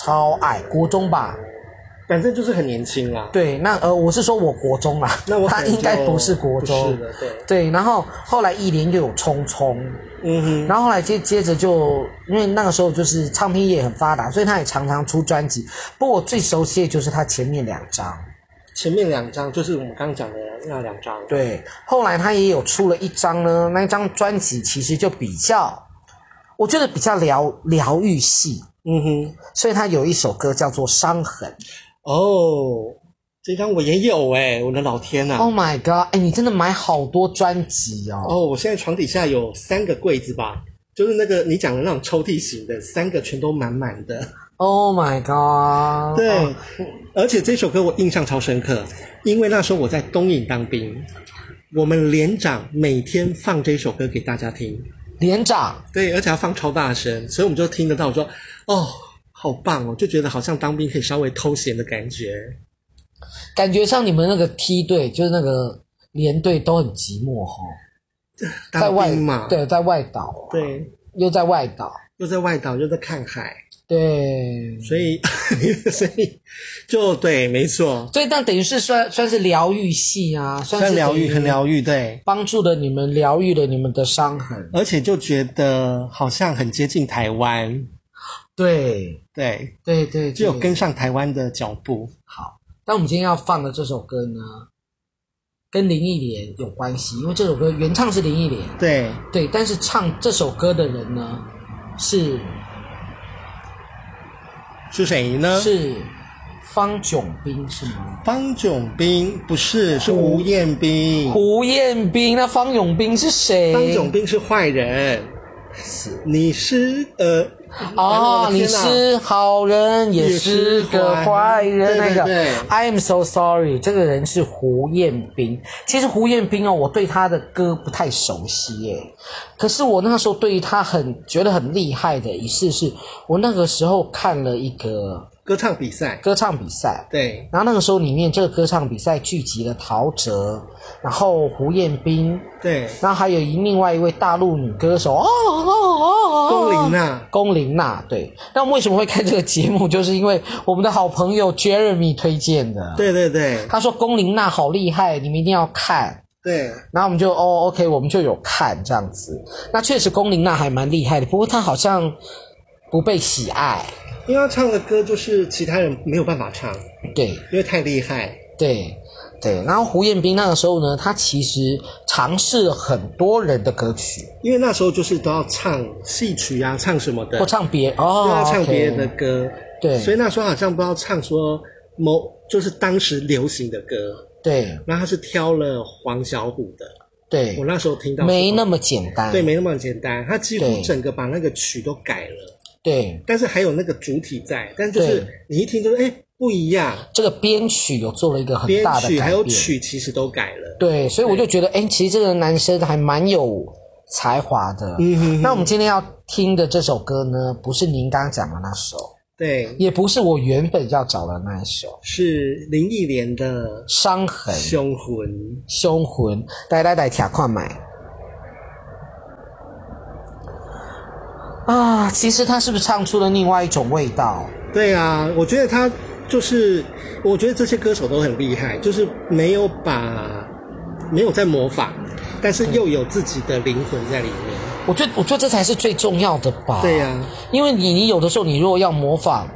Speaker 1: 超爱，国中吧？
Speaker 2: 反正就是很年轻啦。
Speaker 1: 对，那呃，我是说我国中啦，
Speaker 2: 那我可
Speaker 1: 他
Speaker 2: 能就
Speaker 1: 应该不是国中
Speaker 2: 不是。的，对，
Speaker 1: 对，然后后来一连又有匆匆，
Speaker 2: 嗯哼，
Speaker 1: 然后后来接接着就，因为那个时候就是唱片业很发达，所以他也常常出专辑。不过我最熟悉的就是他前面两张，
Speaker 2: 前面两张就是我们刚刚讲的那两张，，
Speaker 1: 对。后来他也有出了一张呢，那一张专辑其实就比较，我觉得比较疗疗愈系，
Speaker 2: 嗯哼，
Speaker 1: 所以他有一首歌叫做《伤痕》。
Speaker 2: 哦，这张我也有哎、我的老天呐、
Speaker 1: Oh my god！哎，你真的买好多专辑哦。
Speaker 2: 哦，我现在床底下有三个柜子吧，就是那个你讲的那种抽屉型的，三个全都满满的。
Speaker 1: Oh my god！
Speaker 2: 对，
Speaker 1: 哦
Speaker 2: 而且这首歌我印象超深刻，因为那时候我在东影当兵，我们连长每天放这首歌给大家听，
Speaker 1: 连长，
Speaker 2: 对，而且要放超大声，所以我们就听得到说，哦，好棒哦，就觉得好像当兵可以稍微偷闲的感觉。
Speaker 1: 感觉上你们那个梯队就是那个连队都很寂寞哈、在
Speaker 2: 当
Speaker 1: 外
Speaker 2: 兵嘛，
Speaker 1: 对，在外岛，
Speaker 2: 对，
Speaker 1: 又在外岛，
Speaker 2: 又在外岛，又在看海，
Speaker 1: 对，
Speaker 2: 所以 所以就对，没错，
Speaker 1: 所以那等于是算算是疗愈系啊，算
Speaker 2: 算
Speaker 1: 是
Speaker 2: 疗愈，很
Speaker 1: 愈，
Speaker 2: 疗愈，对。
Speaker 1: 帮助了你们疗愈了你们的伤痕，
Speaker 2: 而且就觉得好像很接近台湾，
Speaker 1: 对
Speaker 2: 对，
Speaker 1: 对对，
Speaker 2: 只有
Speaker 1: 对
Speaker 2: 跟上台湾的脚步。
Speaker 1: 好。但我们今天要放的这首歌呢，跟林忆莲有关系，因为这首歌原唱是林忆莲，
Speaker 2: 对，
Speaker 1: 对，但是唱这首歌的人呢是
Speaker 2: 是谁呢？
Speaker 1: 是方炯斌是吗？
Speaker 2: 方炯斌，不是，是吴彦斌。
Speaker 1: 胡彦斌，那方炯斌是谁？
Speaker 2: 方炯斌是坏人，
Speaker 1: 是
Speaker 2: 你是呃，
Speaker 1: 哦
Speaker 2: 哎我，的
Speaker 1: 你
Speaker 2: 天哪
Speaker 1: 是好人，也
Speaker 2: 也
Speaker 1: 是
Speaker 2: 是
Speaker 1: 个坏
Speaker 2: 坏
Speaker 1: 人。
Speaker 2: 人
Speaker 1: 那个
Speaker 2: 对对对
Speaker 1: I'm so sorry，这个人是胡彦斌。其实胡彦斌哦，我对他的歌不太熟悉耶，可是我那个时候对于他很觉得很厉害的一次是，我那个时候看了一个
Speaker 2: 歌唱比赛，
Speaker 1: 歌唱比赛，
Speaker 2: 对，
Speaker 1: 然后那个时候里面这个歌唱比赛聚集了陶喆，然后胡彦斌，
Speaker 2: 对，
Speaker 1: 然后还有一另外一位大陆女歌手哦哦哦哦，
Speaker 2: 龚琳啊娜，
Speaker 1: 龚琳娜对。那我们为什么会看这个节目？就是因为我们的好朋友 Jeremy 推荐的，
Speaker 2: 对对对
Speaker 1: 他说龚琳娜好厉害，你们一定要看。
Speaker 2: 对，
Speaker 1: 然后我们就哦，OK，我们就有看这样子。那确实龚琳娜还蛮厉害的，不过她好像不被喜爱。
Speaker 2: 因为他唱的歌就是其他人没有办法唱，
Speaker 1: 对，
Speaker 2: 因为太厉害，
Speaker 1: 对对，然后胡彦斌那个时候呢，他其实尝试了很多人的歌曲，
Speaker 2: 因为那时候就是都要唱戏曲啊，唱什么的
Speaker 1: 或，唱哦别哦，
Speaker 2: 都要唱
Speaker 1: OK
Speaker 2: 别人的歌，
Speaker 1: 对
Speaker 2: 所以那时候好像不知道唱说某就是当时流行的歌，
Speaker 1: 对
Speaker 2: 然后他是挑了黄小琥的，我
Speaker 1: 对，
Speaker 2: 那时候听到
Speaker 1: 没那
Speaker 2: 么
Speaker 1: 么简单，
Speaker 2: 对，没那么简单，他几
Speaker 1: 对
Speaker 2: 乎整个把那个曲都改了，
Speaker 1: 对
Speaker 2: 但是还有那个主体在，但就是
Speaker 1: 对
Speaker 2: 你一听就是哎不一样，
Speaker 1: 这个编曲有做了一个很
Speaker 2: 编
Speaker 1: 大的
Speaker 2: 曲还
Speaker 1: 改
Speaker 2: 有
Speaker 1: 变，
Speaker 2: 曲其实都改了，
Speaker 1: 对，所以我就觉得，哎，其实这个男生还蛮有才华的。
Speaker 2: 嗯哼哼
Speaker 1: 那我们今天要听的这首歌呢，不是您刚刚讲的那首，
Speaker 2: 对，
Speaker 1: 也不是我原本要找的那一首《
Speaker 2: 是林忆莲的
Speaker 1: 伤痕》。
Speaker 2: 凶魂，
Speaker 1: 凶魂，来来来，听看买。啊，其实他是不是唱出了另外一种味道？
Speaker 2: 对啊，我觉得他就是，我觉得这些歌手都很厉害，就是没有把没有在模仿，但是又有自己的灵魂在里面。
Speaker 1: 我觉得，我觉得这才是最重要的吧。
Speaker 2: 对呀、
Speaker 1: 因为你你有的时候你如果要模仿，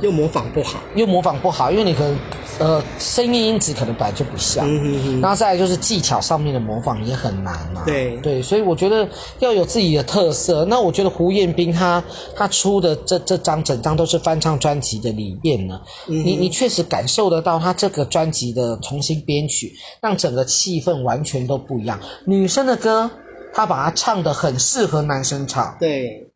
Speaker 2: 又模仿不好。
Speaker 1: 又模仿不好，因为你可能呃声音音质可能本来就不像。
Speaker 2: 嗯哼哼，
Speaker 1: 然后再来就是技巧上面的模仿也很难嘛、
Speaker 2: 对
Speaker 1: 对，所以我觉得要有自己的特色。那我觉得胡彦斌他他出的这这张整张都是翻唱专辑的里面呢，
Speaker 2: 嗯
Speaker 1: 你你确实感受得到他这个专辑的重新编曲，让整个气氛完全都不一样。女生的歌，他把它唱得很适合男生唱，
Speaker 2: 对，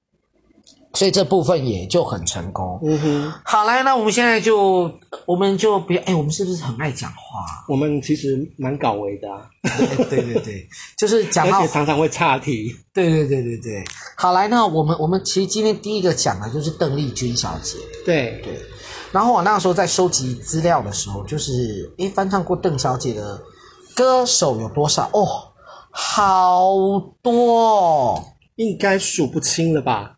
Speaker 1: 所以这部分也就很成功。
Speaker 2: 嗯哼，
Speaker 1: 好来，那我们现在就我们就别哎，我们是不是很爱讲话啊？
Speaker 2: 我们其实蛮搞维的、 啊，
Speaker 1: 哎对对对， 就是讲到
Speaker 2: 而且常常会岔题。
Speaker 1: 对对对对对，好来那我们我们其实今天第一个讲的就是邓丽君小姐，
Speaker 2: 对，
Speaker 1: 对。然后我那时候在收集资料的时候，就是诶翻唱过邓小姐的歌手有多少？哦，好多哦。
Speaker 2: 应该数不清了吧？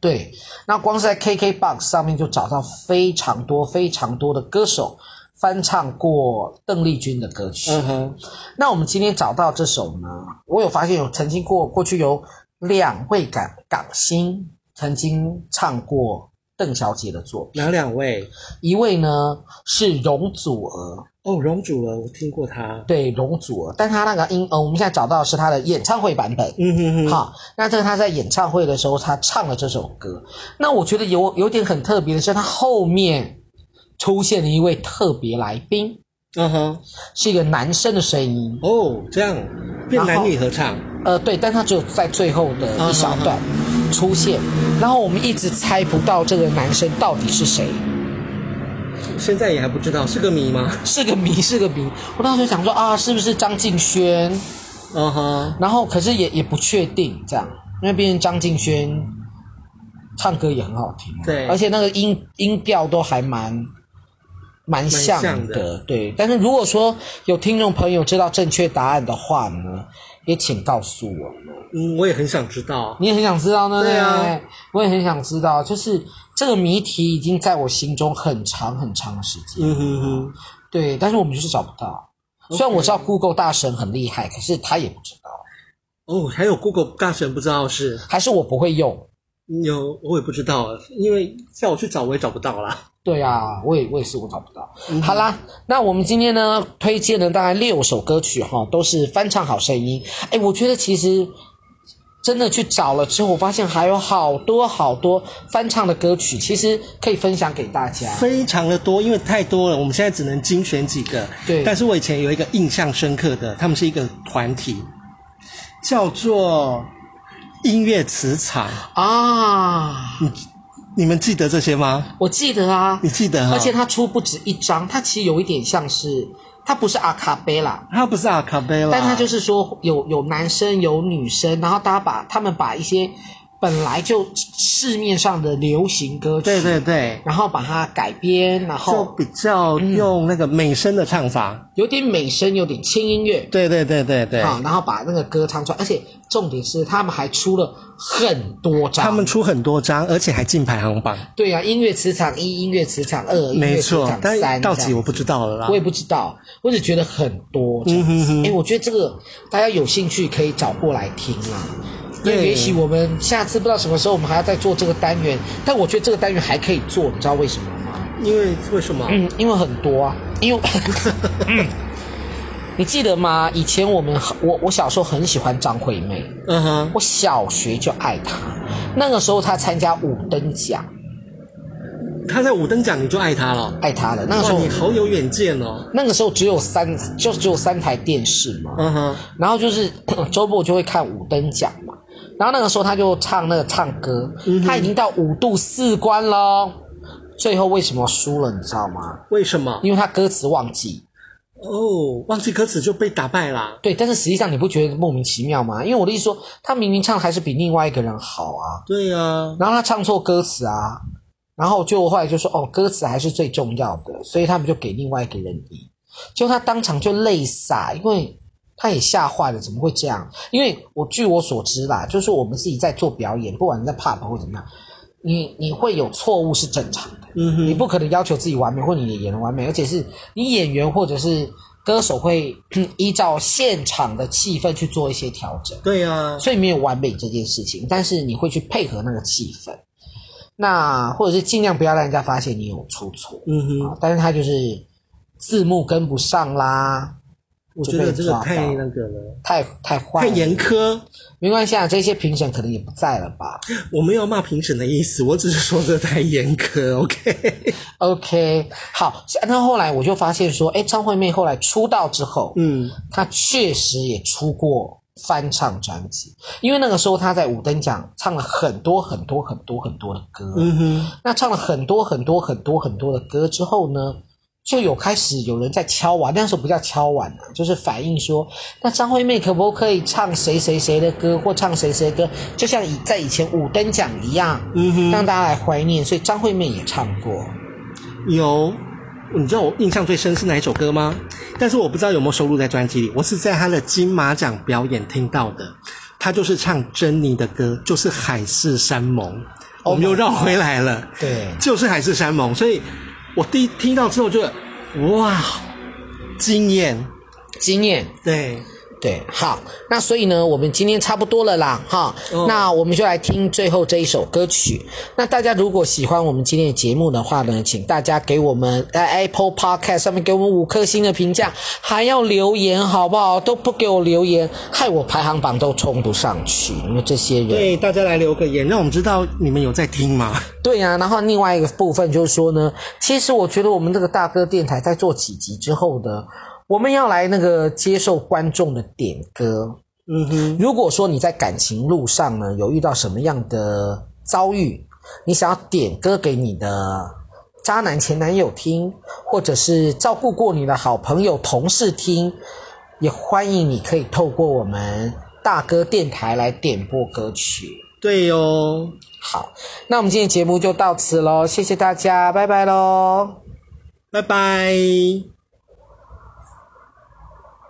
Speaker 1: 对，那光是在 KKBOX 上面就找到非常多非常多的歌手翻唱过邓丽君的歌曲。
Speaker 2: 嗯哼，
Speaker 1: 那我们今天找到这首呢，我有发现有曾经过过去有两位港港星曾经唱过邓小姐的作品，
Speaker 2: 哪两位？
Speaker 1: 一位呢是容祖儿，
Speaker 2: 哦，容祖儿，我听过她。
Speaker 1: 对容祖儿，但她那个音呃，我们现在找到的是她的演唱会版本。
Speaker 2: 嗯哼哼，
Speaker 1: 好，那这个她在演唱会的时候，她唱了这首歌。那我觉得有有点很特别的是，她后面出现了一位特别来宾，
Speaker 2: 嗯哼，
Speaker 1: 是一个男生的声音。
Speaker 2: 哦，这样变男女合唱。
Speaker 1: 呃，对，但他只有在最后的一小段
Speaker 2: 嗯
Speaker 1: 出现，然后我们一直猜不到这个男生到底是谁，
Speaker 2: 现在也还不知道是个谜吗？
Speaker 1: 是个谜， 是个谜。我当时想说啊，是不是张敬轩？
Speaker 2: 嗯哼，
Speaker 1: 然后可是也也不确定这样，因为毕竟张敬轩唱歌也很好听，
Speaker 2: 对
Speaker 1: 而且那个音音调都还蛮蛮像
Speaker 2: 蛮像的
Speaker 1: 对。但是如果说有听众朋友知道正确答案的话呢，也请告诉我们。
Speaker 2: 嗯，我也很想知道。
Speaker 1: 你也很想知道呢，
Speaker 2: 对啊
Speaker 1: 不我也很想知道，就是这个谜题已经在我心中很长很长的时间，
Speaker 2: 嗯哼哼，
Speaker 1: 对，但是我们就是找不到。虽然我知道 Google 大神很厉害，可是他也不知道，
Speaker 2: 哦，还有 Google 大神不知道是
Speaker 1: 还是我不会用。
Speaker 2: 有，我也不知道，因为叫我去找我也找不到啦。
Speaker 1: 对啊，我也我也是我找不到。
Speaker 2: 嗯
Speaker 1: 好啦，那我们今天呢推荐了大概六首歌曲哈，都是翻唱好声音。哎，我觉得其实真的去找了之后，我发现还有好多好多翻唱的歌曲，其实可以分享给大家。
Speaker 2: 非常的多，因为太多了，我们现在只能精选几个。
Speaker 1: 对
Speaker 2: 但是我以前有一个印象深刻的，他们是一个团体，叫做音乐磁场。
Speaker 1: 啊，
Speaker 2: 你们记得这些吗？
Speaker 1: 我记得啊
Speaker 2: 你，记得哈？
Speaker 1: 而且它出不止一张，它其实有一点像是，它不是阿卡贝拉，
Speaker 2: 它不是阿卡贝拉，
Speaker 1: 但它就是说有有男生有女生，然后大家把他们把一些本来就市面上的流行歌曲，
Speaker 2: 对对对，
Speaker 1: 然后把它改编，然
Speaker 2: 就
Speaker 1: 后
Speaker 2: 比较用那个美声的唱法。
Speaker 1: 有点美声，有点轻音乐。
Speaker 2: 对对对对对，
Speaker 1: 啊，然后把那个歌唱出来，而且重点是他们还出了很多张，
Speaker 2: 他们出很多张，而且还进排行榜。
Speaker 1: 对啊，音乐磁场一、音乐磁场二、音乐
Speaker 2: 没
Speaker 1: 磁
Speaker 2: 错
Speaker 1: 场，三这
Speaker 2: 但
Speaker 1: 样，
Speaker 2: 到底我不知道了啦
Speaker 1: 我。也不知道，我只觉得很多这样
Speaker 2: 嗯
Speaker 1: 子。哎、我觉得这个大家有兴趣可以找过来听啊。因为
Speaker 2: 对
Speaker 1: 也许我们下次不知道什么时候我们还要再做这个单元，但我觉得这个单元还可以做，你知道为什么吗？
Speaker 2: 因为为什么？
Speaker 1: 嗯，因为很多啊，因 为。嗯你记得吗？以前我们我我小时候很喜欢张惠妹，
Speaker 2: 嗯哼，
Speaker 1: 我小学就爱她。那个时候她参加五等奖，
Speaker 2: 他在五等奖你就爱他了。
Speaker 1: 爱她了。那个时
Speaker 2: 哇，
Speaker 1: 候
Speaker 2: 你好有远见哦。
Speaker 1: 那个时候只有三，就只有三台电视嘛。
Speaker 2: 嗯哼，
Speaker 1: 然后就是 周末就会看五等奖嘛，然后那个时候他就唱那个唱歌，他已经到五度四关喽，最后为什么输了你知道吗？
Speaker 2: 为什么？
Speaker 1: 因为他歌词忘记。
Speaker 2: 哦，忘记歌词就被打败啦。
Speaker 1: 对，但是实际上你不觉得莫名其妙吗？因为我的意思说，他明明唱得还是比另外一个人好啊，
Speaker 2: 对啊，
Speaker 1: 然后他唱错歌词啊，然后就后来就说哦，歌词还是最重要的，所以他们就给另外一个人赢，结果他当场就泪洒，因为他也吓坏了，怎么会这样？因为我据我所知啦，就是我们自己在做表演，不管你在 pub 或怎么样，你你会有错误是正常的，
Speaker 2: 嗯
Speaker 1: 你
Speaker 2: 哼，
Speaker 1: 不可能要求自己完美，或你演的完美，而且是你演员或者是歌手会依照现场的气氛去做一些调整。
Speaker 2: 对啊，
Speaker 1: 所以没有完美这件事情，但是你会去配合那个气氛，那或者是尽量不要让人家发现你有出错
Speaker 2: 嗯哼，
Speaker 1: 啊。但是他就是字幕跟不上啦，
Speaker 2: 我觉得这个太
Speaker 1: 就被抓
Speaker 2: 那个了，
Speaker 1: 太太坏
Speaker 2: 太
Speaker 1: 了，
Speaker 2: 严苛。
Speaker 1: 没关系啊，这些评审可能也不在了吧
Speaker 2: 我没有骂评审的意思，我只是说这太严苛。OK，
Speaker 1: ？OK，好，那后来我就发现说，哎，张惠妹后来出道之后，
Speaker 2: 嗯，
Speaker 1: 她确实也出过翻唱专辑，因为那个时候她在五等奖唱了很多很多很多很多的歌，
Speaker 2: 嗯哼，
Speaker 1: 那唱了很多很多很多很多的歌之后呢，就有开始有人在敲碗，那时候不叫敲碗啊，就是反映说，那张惠妹可不可以唱谁谁谁的歌，或唱谁谁的歌，就像以在以前五等奖一样，
Speaker 2: 嗯哼，
Speaker 1: 让大家来怀念。所以张惠妹也唱过，
Speaker 2: 有，你知道我印象最深是哪一首歌吗？但是我不知道有没有收录在专辑里。我是在他的金马奖表演听到的，他就是唱珍妮的歌，就是《海誓山盟》。我们又绕回来了，
Speaker 1: 对
Speaker 2: 就是《海誓山盟》。所以我第一听到之后就，哇，惊艳！
Speaker 1: 经验。
Speaker 2: 对，
Speaker 1: 对，好，那所以呢，我们今天差不多了啦，哈，
Speaker 2: 哦
Speaker 1: 那我们就来听最后这一首歌曲。那大家如果喜欢我们今天的节目的话呢，请大家给我们在 Apple Podcast 上面给我们五颗星的评价，还要留言好不好？都不给我留言，害我排行榜都冲不上去，因为这些人。
Speaker 2: 对，大家来留个言，让我们知道你们有在听吗？
Speaker 1: 对呀、然后另外一个部分就是说呢，其实我觉得我们这个大哥电台在做几集之后呢，我们要来那个接受观众的点歌。
Speaker 2: 嗯哼，
Speaker 1: 如果说你在感情路上呢有遇到什么样的遭遇，你想要点歌给你的渣男前男友听，或者是照顾过你的好朋友、同事听，也欢迎你可以透过我们大哥电台来点播歌曲。
Speaker 2: 对哟、哦，
Speaker 1: 好，那我们今天节目就到此喽，谢谢大家，拜拜喽。
Speaker 2: 拜拜。